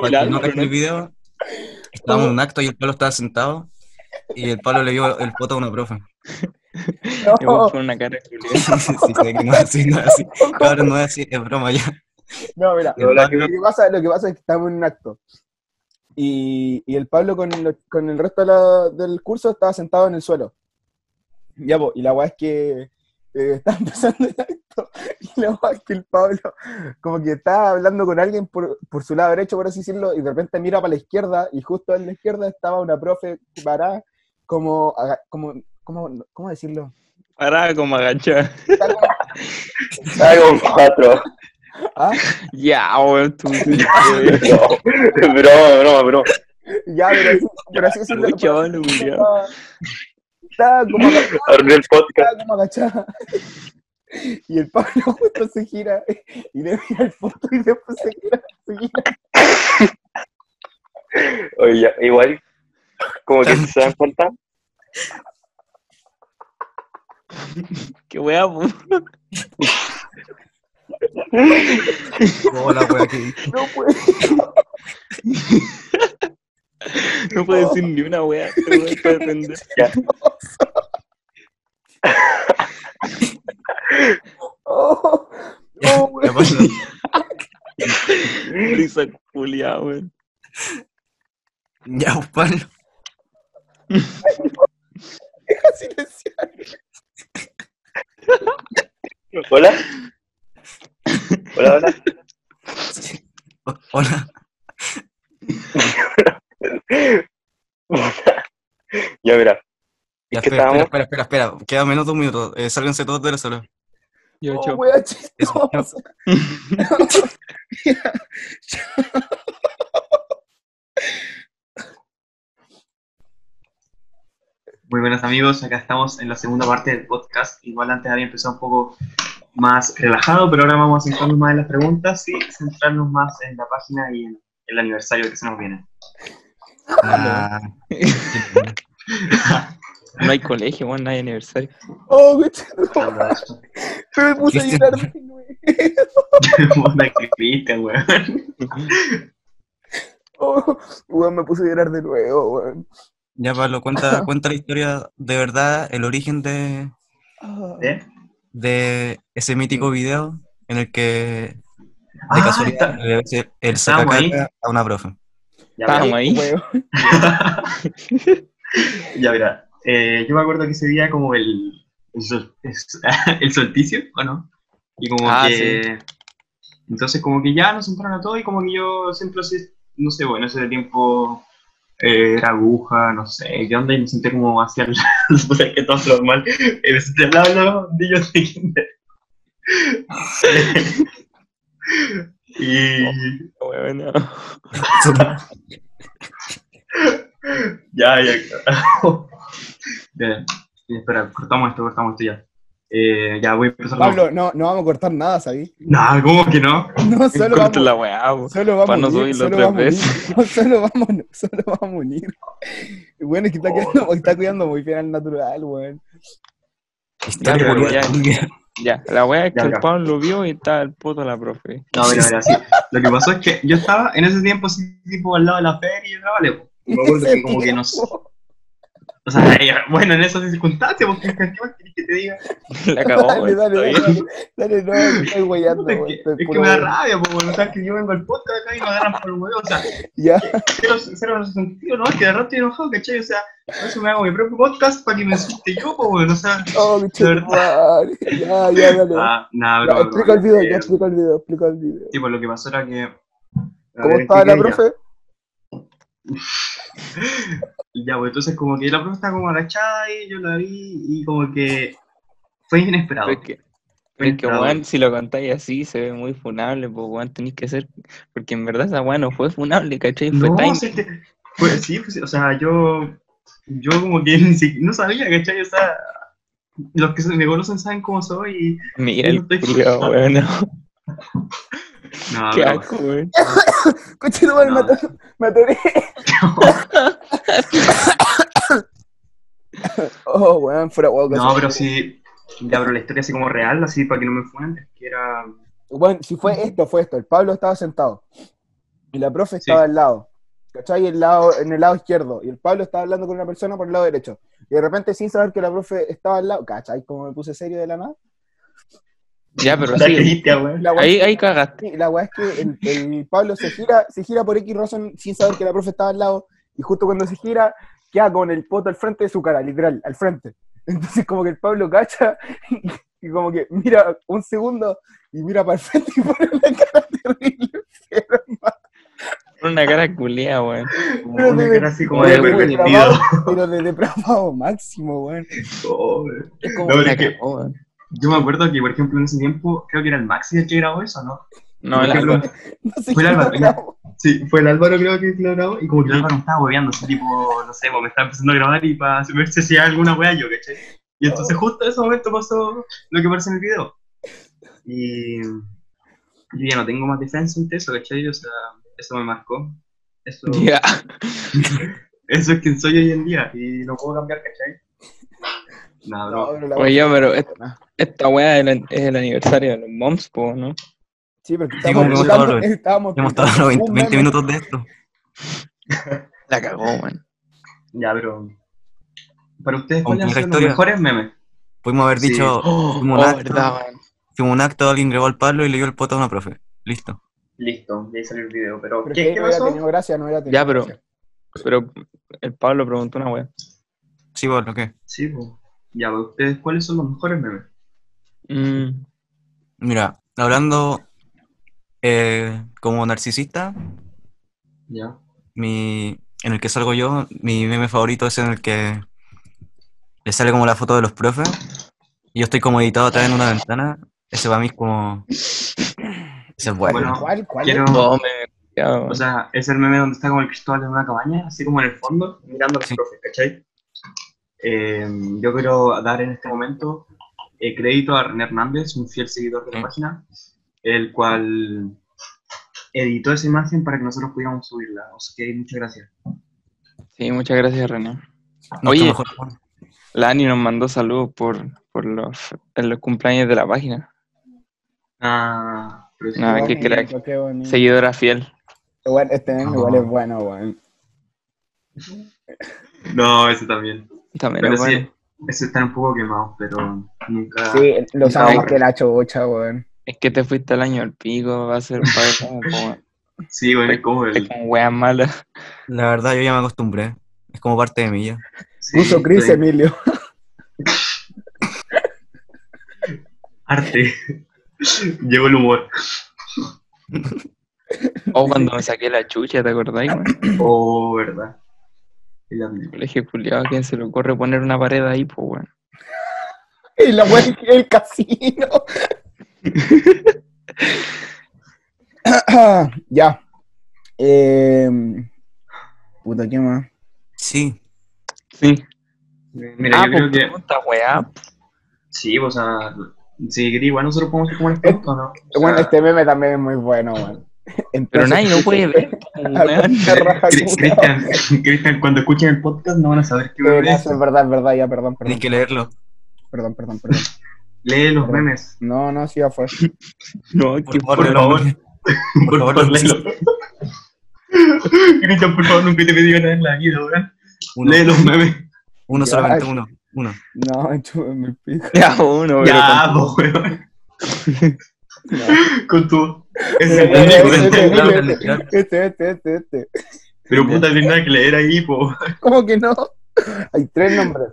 S1: claro,
S2: el
S1: para que no
S2: álbum,
S1: cachen
S2: ¿no?
S1: el video, estábamos en un acto y el Pablo estaba sentado y el Pablo le dio el foto a una profe.
S2: El weón
S6: No,
S2: con una cara de culiao.
S1: <laughs> sí, sé que no es así, no es así. Claro, no es así, es broma ya.
S6: no, mira.
S1: El Pablo,
S6: Lo que, pasa, lo que pasa es que estamos en un acto. Y, y el Pablo con, lo- con el resto de la- del curso estaba sentado en el suelo. Ya, po, y la weá es que eh, <laughs> estaba empezando el acto. Y la weá es que el Pablo, como que estaba hablando con alguien por, por su lado derecho, por así decirlo, y de repente mira para la izquierda. Y justo en la izquierda estaba una profe parada, como, aga- como, como
S1: <laughs>
S6: ¿cómo decirlo?
S2: Parada como agachada.
S6: Está como-
S5: Hago cuatro. <laughs>
S6: ¿Ah?
S2: Ya, weón, <laughs> tú.
S5: No, broma, broma, broma.
S6: Ya, pero así, pero así decirlo.
S2: Uy, chaval, culiao.
S6: Estaba- estaba como agachada.
S5: Arruiné el podcast.
S6: estaba como agachada. <laughs> Y el Pablo <laughs> justo se gira y le mira el foto y después se gira. Se gira.
S5: Oye, ya, igual, como que si se dan cuenta,
S2: Qué wea, po.
S1: Oh, la wea que-
S4: No puede
S2: No puedo decir ni una este wea. Te voy a defender.
S4: Oh, no, güey.
S1: Ya pasó.
S2: Risa culia, weón.
S1: Ya, pues, Pablo.
S4: Deja silenciar.
S5: ¿Hola? ¿Hola, hola?
S1: O- Hola.
S5: ya, mira.
S1: Ya, espera,
S5: ¿Qué
S1: espera,
S5: estábamos?
S1: espera, espera, espera. Queda menos de un minuto. Eh, sálganse todos de la sala.
S2: Yo,
S4: Oh,
S2: chao.
S4: wea
S6: <laughs>
S4: chistosa.
S3: Muy buenas amigos, acá estamos en la segunda parte del podcast. Igual antes había empezado un poco más relajado, pero ahora vamos a centrarnos más en las preguntas y centrarnos más en la página y en el aniversario que se nos viene.
S1: Ah,
S2: No hay colegio, weón, no hay aniversario.
S4: Oh, güey, no.
S3: Hablando de esto.
S4: Me puse a
S1: ¿Qué
S4: llorar. güey.
S3: <laughs> Onda que Cristian, weón.
S4: Oh, güey, me puse a llorar de nuevo, güey.
S1: ya, Pablo, cuenta, cuenta la historia de verdad, el origen de,
S4: Ah.
S3: ¿Eh?
S1: de ese mítico video en el que de
S3: Ah,
S1: casualidad
S3: está-
S1: le ves el
S3: Estábamos ahí.
S1: sacacaca a una profe.
S3: Ya verá.
S2: Estábamos ahí.
S4: Güey,
S3: <laughs> ya verá. Eh, yo me acuerdo que ese día como el, el, sol- es- <laughs> el solsticio, ¿o no? Y como
S2: Ah,
S3: que... Entonces como que ya nos entraron a todo y como que yo siempre así, no sé, bueno, ese tiempo eh, era aguja, no sé, qué onda, y me senté como hacia el lado, <laughs> o sea, que todo es normal, Eh, me senté al lado de los niños de kinder. <laughs> y...
S2: Weón, no.
S3: ya, ya. <laughs> Bien. Sí, Espera, cortamos esto, cortamos esto ya. Eh, ya voy a empezar. con-
S6: Pablo, no, no vamos a cortar nada, ¿sabí?
S3: No, ¿cómo que no?
S6: No, solo
S2: Corta
S6: vamos,
S2: la weá, weón.
S6: solo vamos
S2: Para
S6: a
S2: no
S6: unir,
S2: subirlo
S6: solo
S2: tres
S6: vamos a unir,
S2: veces.
S6: no, solo vamos, no, solo vamos a unir. Bueno, es
S2: Oh.
S6: que está, cuidando, está cuidando muy bien al natural, weón.
S1: Está
S2: Ya,
S1: el
S2: pero ya-
S1: culiao.
S2: Ya, la weá es que
S3: Ya,
S2: el
S3: ya.
S2: Pablo vio y está el poto de la <laughs> profe.
S3: No, mira,
S4: <laughs>
S3: mira, sí. Lo que pasó es que yo estaba en ese tiempo así, tipo al lado de la feria y el vale. Y me acuerdo que como que no sé. O sea, eh, bueno, en esas circunstancias, porque ¿qué más querés que te diga?
S2: La cagó,
S4: Dale,
S2: weón,
S4: dale,
S2: está
S4: dale,
S2: bien.
S4: dale, dale, no, me estoy guayando,
S3: Puta, es
S4: güey,
S3: que,
S4: estoy
S3: es que
S4: puro
S3: me da
S4: güey.
S3: rabia, porque sabes que yo vengo al podcast acá y me agarran por el huevo, o sea, <laughs>
S4: Ya,
S3: cero, cero sentido, ¿no? Es que de rato estoy enojado, ¿cachai? O sea, por eso me hago mi propio podcast para que me insulte yo, pues, bueno, o sea.
S4: oh, mi chico, madre. Ya, ya, dale.
S3: <laughs> Ah, nada,
S4: Ya,
S3: broma,
S4: explica el video,
S3: broma.
S4: ya
S3: Eh,
S4: explica el video, explica el video.
S3: Sí, pues lo que pasó era que. a
S4: ¿Cómo
S3: ver,
S4: estaba la
S3: expliqué
S4: profe?
S3: Ya, Ya, pues entonces, como que la profe estaba como agachada y yo la vi y como que. Fue inesperado.
S2: Es que,
S3: fue
S2: es que
S3: inesperado.
S2: weón, si lo contáis así, se ve muy funable, pues weón, tenéis que ser. Porque en verdad esa weá no fue funable, ¿cachai? Fue
S3: No,
S2: time.
S3: sí, que- pues, sí, pues, o sea, yo, yo como que <laughs> ni si- no sabía, ¿cachai? O sea, los que se- me conocen saben cómo soy
S2: Mira el
S3: No te-
S2: culiao, weón. no.
S3: y... No,
S2: Qué
S3: broma.
S2: asco, weón.
S4: Coche, no, me
S3: No.
S4: atoré- me
S3: <laughs>
S4: atoré. Oh, weón, fuera guau.
S3: No, pero sí, ya, pero la historia así como real, así para que no me funen, es que era...
S6: Bueno, si fue esto, fue esto. El Pablo estaba sentado y la profe
S3: Sí.
S6: estaba al lado, ¿cachai? El lado, en el lado izquierdo. Y el Pablo estaba hablando con una persona por el lado derecho. Y de repente, sin saber que la profe estaba al lado, ¿cachai? Como me puse serio de la nada.
S2: Ya, pero
S3: La
S2: sí.
S3: Cristian, weón.
S6: La
S2: Ahí, ahí cagaste.
S6: Sí, la weá es que el, el Pablo se gira, se gira por X razón sin saber que la profe estaba al lado, y justo cuando se gira, queda con el poto al frente de su cara, literal, al frente. Entonces como que el Pablo cacha <laughs> y, y como que mira un segundo y mira para el frente y pone la cara terrible. pero-
S2: Fue una cara culia, weón.
S3: Como
S6: Pero
S3: una
S6: de-
S3: cara así como
S6: pero
S3: de
S6: de
S3: pervertido.
S6: depravado, Pero de depravado máximo, weón.
S3: <laughs> Oh, weón.
S6: Es
S3: No,
S6: como,
S3: pero
S2: La
S3: es que
S2: cagó, weón.
S3: yo me acuerdo que, por ejemplo, en ese tiempo, creo que era el Maxi el que grabó eso, ¿no?
S2: No,
S3: Por
S2: la
S3: ejemplo,
S6: no sé
S3: fue
S6: qué
S3: la
S6: era,
S3: barriga.
S6: bravo.
S3: Sí, fue el Álvaro creo que lo grabó y como que el Álvaro me estaba hueveando, así tipo, no sé, pues me estaba empezando a grabar y para ver si hacía alguna wea yo, ¿cachai? Y entonces justo en ese momento pasó lo que aparece en el video. Y yo ya no tengo más defensa ante eso, ¿cachai? O sea, eso me marcó. Eso,
S2: <laughs> Ya.
S3: eso es quien soy hoy en día y no puedo cambiar, ¿cachai? Nada,
S6: No,
S3: bro.
S6: pero la-
S2: Oye, ya, pero es- esta weá es el, es el aniversario de los moms, po, ¿no?
S6: Sí, porque
S1: Sí, como que
S6: estábamos
S1: hemos
S6: explicando-
S1: estado los-
S6: estábamos
S1: Hemos
S6: explicando
S1: estado los 20,
S6: un
S1: 20
S6: meme.
S1: minutos de esto.
S2: La cagó, weón.
S3: Ya, pero. Para ustedes,
S1: Compleja
S3: ¿cuáles han sido los
S1: historia.
S3: mejores memes?
S1: Pudimos haber
S3: Sí.
S1: dicho,
S2: Oh,
S1: Como un acto.
S2: verdad, weón.
S1: hicimos un acto, alguien grabó al Pablo y le dio el poto a una profe. Listo.
S3: Listo, ya ahí salió el video, pero.
S6: Pero es que
S3: ¿Qué,
S6: ahí
S3: qué
S6: no hubiera
S3: pasó?
S6: tenido gracia, no hubiera tenido
S2: Ya, pero,
S6: gracia.
S2: pero el Pablo preguntó una weá.
S1: Sí, Pablo, ¿qué?
S3: Sí, pues. Ya, pero ustedes, ¿cuáles son los mejores memes?
S2: Mm,
S1: Mira, hablando eh, como narcisista,
S3: Ya.
S1: mi, en el que salgo yo, mi meme favorito es en el que le sale como la foto de los profes. Y yo estoy como editado atrás en una ventana. Ese para mí es como. Ese es bueno.
S3: Bueno,
S6: ¿Cuál? ¿Cuál?
S3: quiero.
S2: no, me... ya, weón.
S3: O sea, es el meme donde está como el Cristóbal en una cabaña, así como en el fondo, mirando a los
S1: Sí.
S3: profes, ¿cachai? Eh, yo quiero dar en este momento eh, crédito a René Hernández, un fiel seguidor de la
S1: Sí.
S3: página, el cual editó esa imagen para que nosotros pudiéramos subirla. Así que muchas gracias.
S2: Sí, muchas gracias, René.
S1: Nuestro
S2: Oye.
S1: mejor juego.
S2: La Ani nos mandó saludos por, por los, en los cumpleaños de la página.
S3: Ah, pero sí,
S2: Nada,
S6: Qué
S2: qué crack.
S6: bonito, qué bonito.
S2: Seguidora fiel.
S6: Bueno, este meme igual es bueno, weón.
S3: No, ese también.
S2: También
S3: Pero
S2: es bueno.
S3: sí, ese está un poco quemado, pero nunca...
S6: Sí, lo
S3: Ah,
S6: sabemos
S3: bueno.
S6: que la chocha, weón.
S2: Es que te fuiste al año al pico, va a ser un par de como,
S3: Sí, bueno, es como <laughs> el...
S2: con weas malas.
S1: La verdad, yo ya me acostumbré. Es como parte de mí ya.
S3: sí,
S6: Puso Chris
S3: estoy-
S6: Emilio.
S3: Arte. <laughs> Llegó el
S6: <clears throat>
S3: humor.
S2: O cuando me saqué la chucha, ¿te acordáis?
S6: <laughs>
S2: weón?
S3: Oh, verdad. El Andrés.
S2: Colegio culiado, ¿a quién se le ocurre poner una pared ahí, pues weón?
S6: Y la weón el casino. ya. Eh, puta, ¿qué más?
S1: Sí.
S2: Sí.
S3: Mira,
S2: ah,
S3: yo
S2: pues
S3: creo que
S2: pregunta, weá.
S3: sí, o sea, si quería, igual nosotros podemos hacer como
S6: Eh,
S3: el punto, ¿no? O
S6: Bueno,
S3: sea,
S6: este meme también es muy bueno, weón.
S2: Pero
S6: Entonces,
S2: nadie lo puede ver,
S6: <laughs>
S2: pues, weón.
S6: qué raja,
S3: Cri-
S6: culiao.
S3: <laughs> Cristian, Cristian, cuando escuchen el podcast no van a saber qué
S6: Eh, no,
S3: memes.
S6: eso es verdad, es verdad, ya, perdón, perdón,
S1: Tenéis que leerlo.
S6: perdón, perdón, perdón.
S3: Lee los memes.
S6: No, no, sí, ya fue.
S2: No,
S1: Por
S2: que
S1: favor,
S3: por
S1: léelo,
S3: favor.
S1: porque-
S3: <laughs> Por favor, léelo. Cristian, por favor, nunca te pedí nada en la vida, weón.
S1: Uno,
S3: Lee los memes.
S1: uno
S6: Ya.
S1: solamente uno. Uno.
S6: No, enchúfame el pico.
S2: ya uno, pero
S3: Ya,
S2: con-
S3: po, weón. Con tu.
S6: Este,
S3: Ese es el
S1: Entendí,
S6: este,
S3: único,
S1: entendí.
S3: weón.
S6: este, este, este, este, este.
S3: Pero puta, tiene nada que leer ahí, po.
S6: ¿Cómo que no? Hay tres nombres.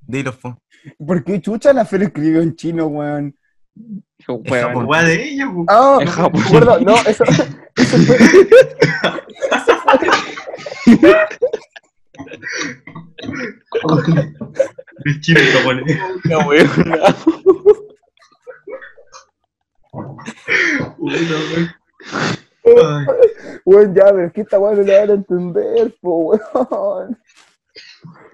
S1: Dilo, po.
S6: ¿Por qué chucha la Fer escribió en chino, weón?
S2: Qué weón.
S1: Japón.
S3: Weá de ella, po.
S6: Ah,
S2: En Japón.
S6: gordo, no, eso, eso fue. eso fue-
S3: El chino y japonés.
S2: No, weón.
S3: Puta, weón. Ay.
S6: <laughs> Weón, ya, pero es que esta weón no la van a entender, po, weón.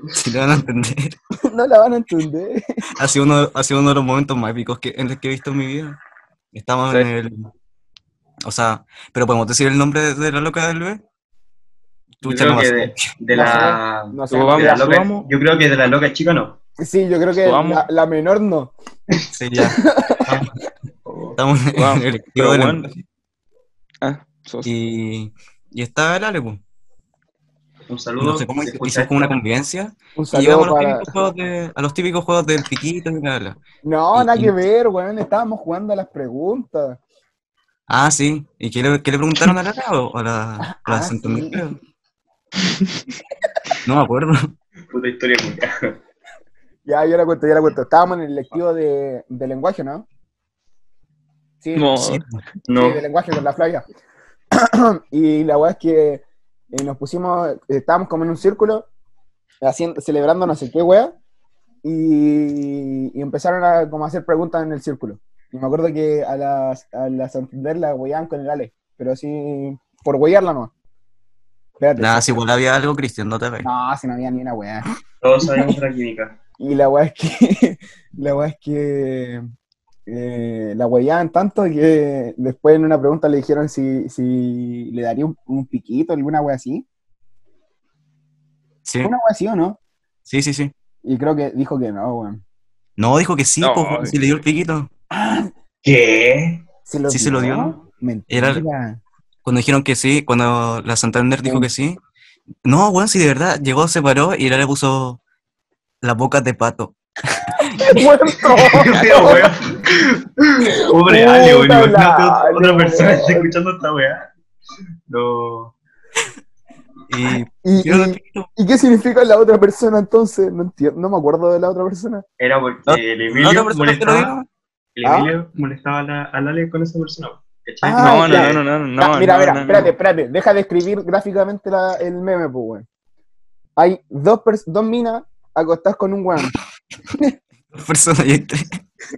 S1: Si lo van a entender. <laughs>
S6: <laughs> No la van a entender.
S1: Ha sido uno, ha sido uno de los momentos más épicos que, en los que he visto en mi vida. Estamos en
S2: Sí.
S1: el. O sea, pero podemos decir el nombre de, de la loca del B.
S3: Yo
S1: Chucha,
S3: creo
S1: no
S3: que
S1: me
S3: de, de
S6: No
S3: la.
S6: No sé.
S2: Subamos,
S3: de la loca,
S2: subamos.
S3: yo creo que de la loca chica no.
S6: Sí, yo creo que
S2: Vamos.
S6: la, la menor no.
S1: acuerdo. <laughs> Sí, ya. Estamos en
S2: Wow,
S1: el
S2: pero
S1: tío del
S2: bueno.
S3: pues.
S1: embarazo.
S2: Ah, sos.
S1: y, y estaba el Ale, po.
S3: Un
S1: Y
S3: saludo.
S1: No sé cómo
S3: si
S1: hizo-
S3: escucha
S1: hicimos como una convivencia.
S6: Un
S1: Y llegamos a
S6: saludo
S1: los,
S6: para.
S1: típicos juegos de- a los típicos juegos del piquito y bla, bla.
S6: No,
S1: Y-
S6: nada
S1: y-
S6: que ver, weón. Estábamos jugando a las preguntas.
S1: Ah, sí. ¿Y qué le, qué le preguntaron a la Lara o a la,
S6: <laughs>
S1: a la
S6: Ah,
S1: Santo
S6: sí.
S1: Miguel? No me acuerdo.
S3: esto. Puta historia culiá.
S6: Ya, yo la cuento, yo la cuento. Estábamos en el lectivo de, de lenguaje, ¿no? Sí,
S2: No,
S1: Sí,
S3: No.
S6: sí, de lenguaje con la Flavia. <clears throat> y la weá es que eh, nos pusimos, eh, estábamos como en un círculo, haciendo, celebrando no sé qué weá, y, y empezaron a como a hacer preguntas en el círculo. Y me acuerdo que a la, a la Santander la weaban con el Ale, pero así, por wearla no. Espérate.
S1: Nada, si igual había algo, Cristian, no te ve.
S6: No, si no había ni una weá.
S3: Todos sabemos la química.
S6: Y la weá es que. <laughs> La weá es que. eh, la huellaban tanto que después en una pregunta le dijeron si, si le daría un, un piquito, alguna wea así.
S1: Sí,
S6: ¿Una wea así o no?
S1: sí, sí, sí.
S6: Y creo que dijo que no, weón.
S1: No, dijo que sí,
S7: No,
S1: po, weón, si
S7: sí.
S1: le dio el piquito.
S3: ¿Qué?
S6: ¿Se lo
S1: ¿Sí se lo dio?
S6: Mentira. <laughs>
S1: Cuando dijeron que sí, cuando la Santander dijo
S6: Sí.
S1: que sí. No, weón, si de verdad llegó, se paró y ahora le puso la boca de pato.
S3: <laughs> Qué <laughs> feo, weón. Pobre
S6: Puta
S3: Ale, weón. Imagínate
S6: la Ale,
S3: otra persona
S6: weón.
S3: está escuchando esta weá. No.
S1: Y <laughs>
S6: ¿Y,
S1: tiró el
S6: y,
S1: piquito.
S6: y qué significa la otra persona entonces? No entiendo, no me acuerdo de la otra persona.
S3: Era porque
S1: No,
S3: el
S1: ¿La otra persona
S3: Emilio
S1: que lo
S3: molestaba.
S1: dio?
S3: El
S6: ¿Ah?
S3: Emilio molestaba a la- al Ale con esa persona. ¿Cachai?
S6: Ah,
S2: no,
S6: ya.
S2: no, no, no, no,
S6: Ah,
S2: no.
S6: mira,
S2: no,
S6: mira,
S2: no, no.
S6: espérate, espérate. Deja de escribir gráficamente la- el meme, pues, weón. Hay dos, pers- dos minas acostadas con un weón,
S1: Dos personas y hay tres.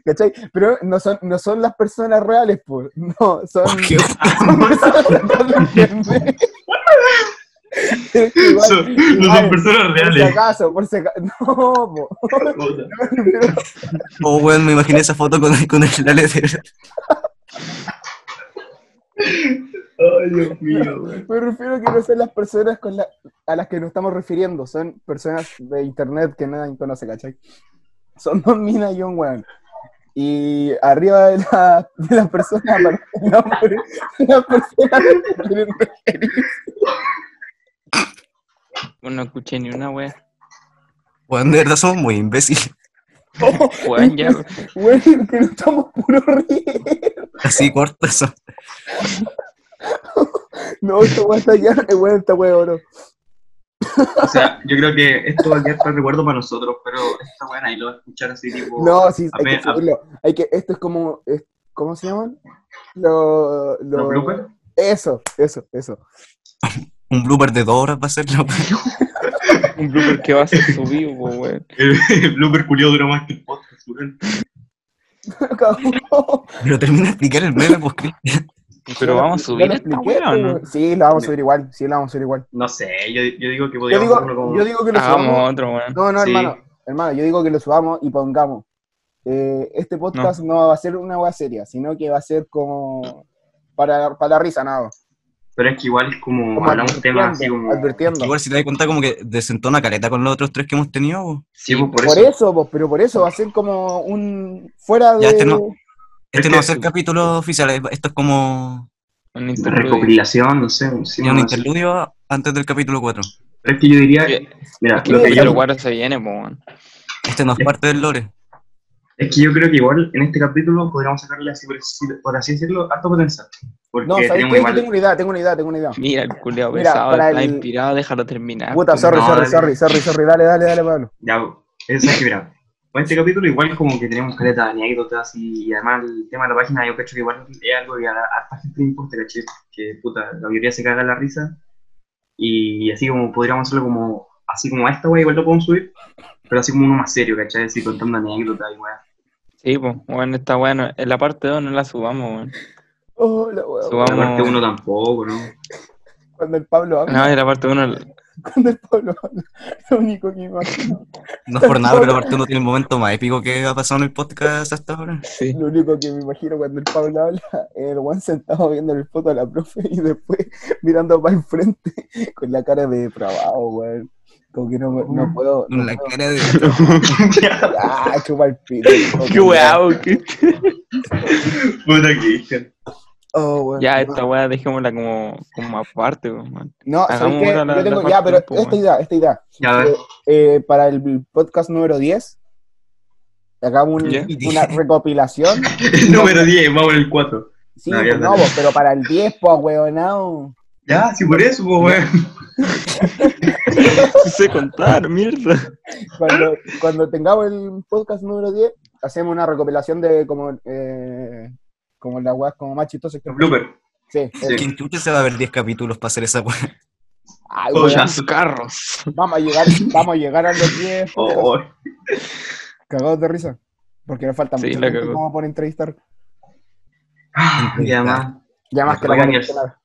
S6: ¿cachai? Pero no son, no son las personas reales, pues. No, son.
S1: Porque,
S6: <laughs> son personas tratando de
S3: <laughs>
S6: entender. Es que igual,
S3: Son- no son
S6: igual,
S3: personas
S6: Por si
S3: reales.
S6: acaso, por si acaso. <laughs> No, po.
S1: <laughs> oh, weón, me imaginé esa foto con, con el Lale de verdad.
S3: Ay, Dios mío, weón.
S6: Me refiero que no son las personas con la- a las que nos estamos refiriendo, son personas de internet que nadie conoce, ¿cachai? Son dos minas y un weón. Y arriba de la, de la persona aparece el nombre de la persona que se quieren referir.
S2: Bueno, no escuché ni una wea.
S1: Weón, de verdad somos muy imbéciles.
S2: Weón, ya.
S6: Weón, que nos estamos puro riendo.
S1: Así cortas son.
S6: No, esta weón está ya, eh, weón, esta weón, bro.
S3: O sea, yo creo que esto va a quedar para recuerdo para nosotros, pero esta weá nadie lo va a escuchar así, tipo.
S6: No, sí, hay que
S3: apenas-
S6: subirlo. Hay que, esto es como, es- ¿cómo se llaman? Lo,
S3: ¿Los
S6: lo,
S3: bloopers?
S6: eso, eso, eso. <laughs>
S1: Un blooper de dos horas va a ser la weón.
S2: Un blooper que va a ser subido, po, weón.
S3: El, el <laughs> blooper culiado dura más que el podcast, weón.
S1: Pero termina de explicar el meme, pues, Cristian.
S2: <laughs> Pero vamos a
S6: Ya
S2: subir
S6: lo
S2: esta
S6: expliqué,
S2: wea o no?
S6: pues, Sí, la vamos a subir igual. Sí, la vamos a subir igual.
S3: No sé, yo, yo digo que
S6: Yo
S3: podríamos hacerlo
S6: digo,
S3: como.
S6: yo digo que lo
S2: Hagamos
S6: subamos.
S2: otro, weón.
S6: No, no,
S3: Sí.
S6: hermano. Hermano, yo digo que lo subamos y pongamos. eh, este podcast no. va a ser una hueá seria, sino que va a ser como para, para la risa, nada.
S3: Pero es que igual como,
S6: Como
S3: hablamos temas así
S6: advirtiendo,
S3: como.
S6: advirtiendo.
S1: Igual si te das cuenta como que desentona caleta con los otros tres que hemos tenido. po.
S3: Sí, pues, por,
S6: Por
S3: eso.
S6: eso, pues, pero por eso va a ser como un fuera de
S1: Ya, este no. Este
S3: Es
S1: no va a
S3: que-
S1: ser capítulo oficial, eh, esto es como
S2: Un
S3: Una
S2: interludio.
S3: recopilación, no sé. sí,
S1: un
S3: no sé.
S1: interludio antes del capítulo 4.
S3: Pero es que yo diría.
S2: Oye,
S3: Mira,
S2: Que
S3: lo
S2: el
S3: que
S2: capítulo
S3: yo,
S2: 4 se viene, po, weón.
S1: Este no es parte del lore.
S3: es que yo creo que igual en este capítulo podríamos sacarle así, por así, por así decirlo, harto potencial. Porque
S6: No, ¿sabes
S3: tenemos
S6: qué? Yo
S3: igual.
S6: tengo una idea, tengo una idea, tengo una idea.
S2: Mira, el culiao
S6: Mira,
S2: pesado,
S6: para
S2: está
S6: el-
S2: inspirado, déjalo terminar.
S6: Puta,
S2: po,
S6: sorry,
S3: no,
S6: sorry,
S3: dale.
S6: sorry, sorry, sorry. Dale, dale, dale, Pablo.
S3: Ya, eso es que mira. Con este capítulo igual como que tenemos caleta de anécdotas y, y además el tema de la página yo cacho que igual es algo que a la- a la gente le importa, caché, que puta, la mayoría se caga en la risa y así como podríamos hacerlo como, así como a esta wey igual lo podemos subir, pero así como uno más serio, caché, así contando anécdotas y weá.
S2: Sí, pues, bueno, está bueno. En la parte 2 no la subamos, weón.
S6: Oh, la hueá,
S2: Subamos.
S3: La parte uno tampoco, ¿no?
S6: Cuando el Pablo habla,
S2: No, en la parte 1.
S6: cuando el Pablo habla, lo único que imagino,
S1: No es por nada, pero aparte uno tiene el momento más épico que ha pasado en el podcast hasta ahora.
S2: Sí.
S6: lo único que me imagino cuando el Pablo habla, es el Juan sentado viendo el foto a la profe y después <laughs> mirando para enfrente con la cara de depravado, weón. Como que no, me- no puedo.
S1: Con
S6: No
S1: la
S6: puedo.
S1: cara de.
S6: <laughs> Ah, chupa el pito.
S2: ¡Qué weón! qué-
S3: Puta que
S6: Oh,
S2: <laughs>
S6: weón.
S2: Ya, esta weá dejémosla como, como aparte, weón.
S6: No, ¿sabes
S2: hagamos
S6: qué?
S2: ahora la-
S6: Yo tengo,
S2: la
S6: ya,
S2: parte
S6: pero
S2: del tiempo,
S6: esta idea, esta idea.
S3: Ya, a ver,
S6: Eh, para el podcast número 10, hagamos un-
S2: Ya.
S6: una recopilación.
S3: <laughs> el número 10, vamos en el 4.
S6: Sí,
S3: No,
S6: no,
S3: ya, dale.
S6: vos, pero para el 10, pues, weonao.
S3: Ya, sí, por eso, pues, weón.
S2: No <laughs> sé contar, mierda.
S6: Cuando, cuando tengamos el podcast número 10, hacemos una recopilación de como, eh, como las weas como más chistosas que...
S3: Los bloopers.
S6: Sí, eh,
S3: Sí.
S6: eso.
S1: ¿Quién chucha se va a ver 10 capítulos para hacer esa weón?
S6: Ay,
S3: Oh,
S6: weón,
S3: ya.
S2: Los carros.
S6: vamos, a llegar, vamos a llegar a los 10 podcasts.
S3: Oh,
S6: cagados de risa. Porque nos falta
S2: Sí,
S6: mucho
S2: la
S6: tiempo
S2: cagó.
S6: como por entrevistar.
S3: y además,
S6: Ya más que la
S3: Oigan,
S6: voy a
S3: y el-
S6: mencionar.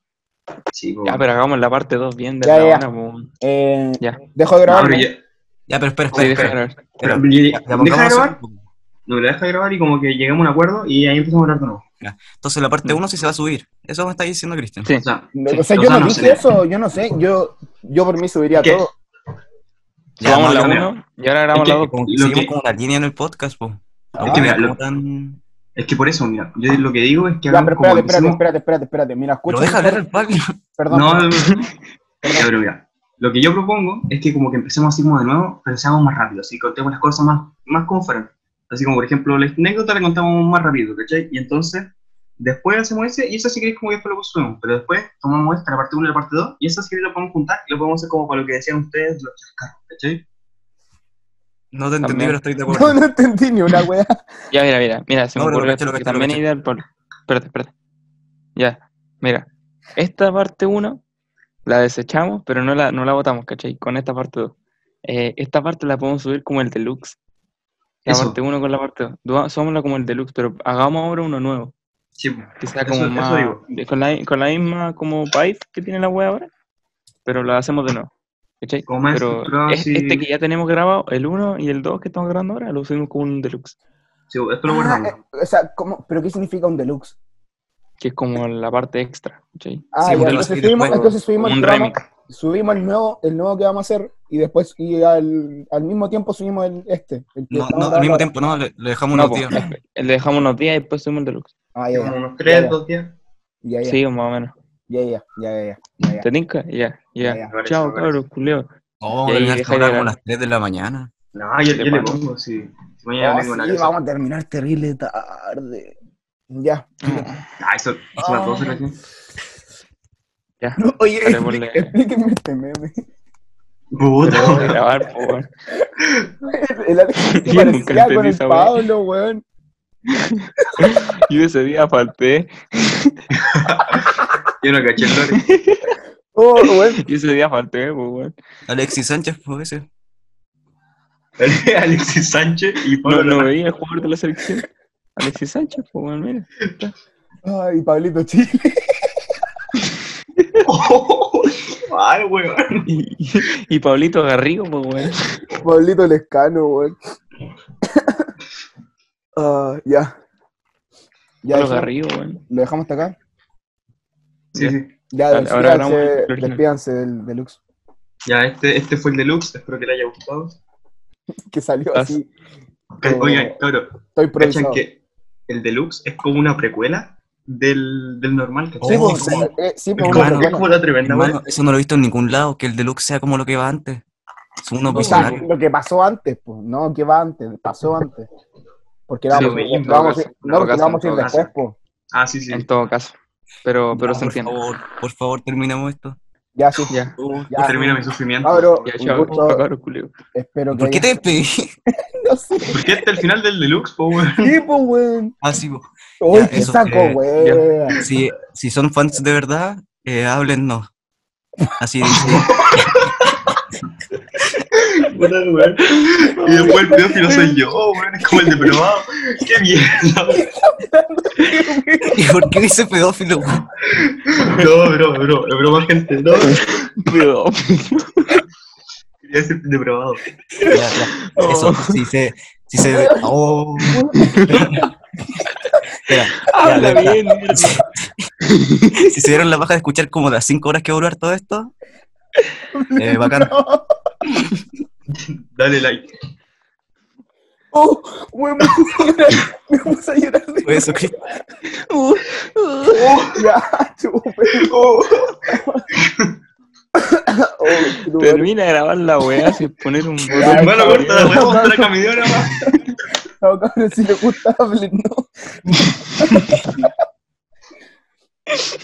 S3: sí, pues,
S2: Ya, pero hagamos la parte 2 bien de
S6: Ya,
S2: la
S6: ya.
S2: una, po, weón.
S6: Eh,
S2: Ya.
S6: Dejo de
S3: No,
S6: grabar.
S3: pero
S6: ¿no?
S3: ya-
S1: <laughs> Ya, pero espera,
S2: Sí,
S1: espera,
S2: deja
S1: espera.
S2: grabar.
S1: espera.
S3: Pero-
S1: Ya, ya,
S3: ¿Deja
S1: pongamos eso.
S3: grabar? No, la deja de grabar y como que llegamos a un acuerdo y ahí empezamos a hablar de nuevo.
S1: Entonces la
S3: Mm.
S1: parte 1 sí se va a subir. Eso me está diciendo Cristian.
S2: Sí.
S3: O sea,
S6: No,
S3: sí,
S6: o sea,
S3: o
S6: yo
S3: sea,
S6: no
S3: no
S6: dije
S3: sé.
S6: eso, yo no sé, yo, yo por mí subiría
S3: ¿Qué?
S6: todo.
S2: Grabamos la
S1: Mario,
S2: 1 y ahora grabamos
S3: Es
S2: la
S3: que-
S2: 2.
S1: Como que
S3: Lo
S1: seguimos
S3: que-
S1: como la línea en el podcast, po.
S3: Es que, mira,
S1: Como
S3: lo-
S1: tan-
S3: es que por eso, mira, yo lo que digo es que
S6: Ya, pero
S3: hagamos como
S6: espérate, espérate,
S3: hicimos-
S6: espérate, espérate, espérate. Mira,
S1: Lo
S6: escucha.
S1: deja hablar el Pablo.
S6: Perdón. <laughs>
S3: No, no, no. Ya, pero mira, lo que yo propongo es que como que empecemos así como de nuevo, pero seamos más rápido, así contemos las cosas más, más como fueron. Así como, por ejemplo, la anécdota la contamos más rápido, ¿cachai? Y entonces, después hacemos ese, y eso sí queréis como que después lo subimos, pero después tomamos esta, la parte 1 y la parte 2, y eso sí que lo podemos juntar, y lo podemos hacer como para lo que decían ustedes, los chascarros, ¿cachai?
S1: No te entendí,
S2: También.
S1: pero estoy de acuerdo.
S6: No, no entendí ni una wea.
S2: Ya, mira, mira, mira, se me
S1: No, pero
S2: ocurrió
S1: caché lo
S2: porque
S1: caché, lo
S2: también
S1: caché.
S2: hay ideal por... Espérate, espérate. Ya, mira, esta parte 1 la desechamos, pero no la, no la votamos, ¿cachai? Con esta parte 2. esta parte la podemos subir como el deluxe. La
S3: Eso.
S2: parte 1 con la parte 2. Sumámosla como el deluxe, pero hagamos ahora uno nuevo.
S3: Sí, pues, po.
S2: Que sea
S3: Eso-
S2: como
S3: eso
S2: más...
S3: digo.
S2: de- Con la, con la misma como pipe que tiene la web ahora, pero la hacemos de nuevo. ¿Cachai?
S3: como más
S2: Pero
S3: estructurado,
S2: es-
S3: sí,
S2: este que ya tenemos grabado, el 1 y el 2 que estamos grabando ahora, lo subimos como un deluxe.
S3: sí, po, esto lo guardamos.
S6: Ah, eh, o sea, ¿cómo? ¿pero qué significa un deluxe?
S2: que es como la parte extra. ¿cachai?
S6: Ah,
S1: Sí,
S6: ya,
S1: un deluxe
S6: entonces
S1: y
S6: subimos,
S1: después-
S6: entonces subimos el
S2: Un
S6: programa,
S2: remix.
S6: subimos el nuevo, el nuevo que vamos a hacer y después y al, al mismo tiempo subimos el este. el que
S1: No,
S6: estamos
S1: no, al mismo
S6: grabando.
S1: tiempo no, le, le dejamos
S2: No, pues.
S1: unos
S2: po,
S1: días.
S2: le dejamos unos días y después subimos el deluxe.
S6: Ah,
S3: Sí,
S6: ya,
S3: como
S6: ya,
S3: unos 3,
S6: ya.
S3: 2 días.
S6: ya, ya,
S2: Sí, más o menos.
S6: ya, ya, ya, ya, ya, ya.
S2: ¿Te tinca? Ya,
S6: Ya,
S2: ya.
S6: ya.
S3: Me parece,
S2: Chao,
S3: me parece.
S2: cabros, culeo.
S1: No, vamos
S2: Y
S1: a
S2: ahí
S1: terminar
S2: deja
S1: esta hora
S2: de
S1: como a
S2: hablar.
S1: las 3 de la mañana.
S3: No, yo,
S2: De
S3: yo le
S2: pana.
S3: pongo, sí. Si
S6: Oh,
S3: mañana no tengo nada
S6: sí,
S3: que
S6: vamos
S3: hacer.
S6: a terminar terrible tarde. Ya. <laughs>
S3: Ah, eso, eso las
S6: Oh,
S3: 12 recién.
S2: Ya.
S6: Oye, <laughs>
S2: Haremosle-
S6: explí- explíquenme este meme.
S3: Puta.
S2: Tenemos que grabar, po, weón.
S6: El
S2: <laughs>
S6: Alex se
S2: Yo nunca
S6: parecía con
S2: entendí
S6: el
S2: esa wea.
S6: Pablo, weón.
S2: Yo ese día falté.
S3: Yo no caché el lore.
S6: Oh, weón.
S2: Yo ese día falté, po, weón.
S1: Alexis Sánchez, pues ese.
S6: <laughs>
S3: Alexis Sánchez y
S2: No,
S3: Pablo
S2: no
S3: Larraín.
S2: veía el jugador de la selección. Alexis Sánchez, po, weón, mira.
S6: Ay, Pablito Chile. <laughs>
S3: Mal, weón.
S2: Y, y- y Pablito Garrigo, po, weón.
S6: Pablito Lescano, weón. <coughs> Ah, ya. Ya
S2: Pablo
S6: dejamos-
S2: Garrigo, weón.
S6: lo dejamos hasta acá.
S3: Sí, sí.
S6: Ya,
S2: Dale, ahora
S6: despídanse,
S2: hablamos del original.
S6: despídanse del deluxe.
S3: Ya, este, este fue el deluxe. Espero que le haya gustado.
S6: Que salió
S2: Estás-
S6: así.
S3: Ca-
S6: Oh.
S3: Oigan, cabrón,
S6: Estoy
S3: ¿cachan
S6: improvisado.
S3: que el deluxe es como una precuela del, del normal? ¿cachan?
S6: Sí,
S1: Oh,
S6: pues,
S1: ¿cómo?
S6: eh, sí,
S3: Es
S6: pues, una
S3: como-
S1: Hermano,
S3: es
S6: precuela.
S3: como la tremenda,
S1: Hermano,
S3: weón.
S1: eso no lo he visto en ningún lado, que el deluxe sea como lo que iba antes. Son unos
S6: O sea,
S1: visionarios.
S6: lo que pasó antes, pues, no, que va antes, pasó antes. Porque lo
S2: Sí,
S6: vamos,
S3: pues,
S6: lo
S3: en todo
S6: vamos-
S3: caso,
S6: no,
S3: en
S2: todo
S6: porque lo
S2: caso, en
S6: vamos a ir
S2: todo
S6: después,
S3: caso.
S6: pues.
S3: Ah, sí, sí.
S2: En todo caso. Pero, pero
S1: No,
S2: se
S1: por
S2: entiende.
S1: favor, por favor, terminemos esto.
S6: Ya, sí.
S2: Ya,
S6: Ya.
S3: Termina mi sufrimiento.
S6: Cabro,
S2: ya,
S6: un
S2: chao,
S6: gusto,
S2: cabros, culeo.
S6: espero que
S1: ¿Por qué te
S6: hayan-
S1: despedí?
S6: No sé.
S3: ¿Por qué este el final del deluxe, po,
S6: <laughs>
S3: weón?
S6: Sí, pues, weón.
S1: <laughs> Ah, sí, po.
S6: Uy,
S1: Ya,
S6: qué
S1: eso,
S6: saco,
S1: eh,
S6: weón.
S1: si, si son fans de verdad, eh, háblennos. Así dice.
S2: <laughs>
S3: Puta, weón. Y después el pedófilo soy yo,
S6: <laughs>
S3: weón. Es como el diplomado. ¡Qué mierda! weón.
S1: ¿Y por qué dice pedófilo? weón?
S3: <laughs> No, bro, bro, bro, más gente, no.
S2: Cuidado.
S3: Quería ser depravado.
S1: Ya, ya. Eso,
S2: Oh.
S1: si se. Si se. Oh. Espera, ya, de
S2: <laughs> Habla
S1: verdad.
S2: bien, mierda.
S1: si se dieron la baja de escuchar como las 5 horas que va a durar todo esto, eh, bacán.
S3: Dale like.
S6: Oh, weón, me puse a llorar. Me puse a llorar de-
S1: Pues, ok.
S6: Oh, Ya, chupe. <laughs> Oh, chupe.
S2: Termina de grabar la weá sin poner un botón.
S3: Hermano, corta la
S2: weá.
S3: weá, vamos a estar acá media hora más.
S6: No, cabrón, si le gusta, hablen, no.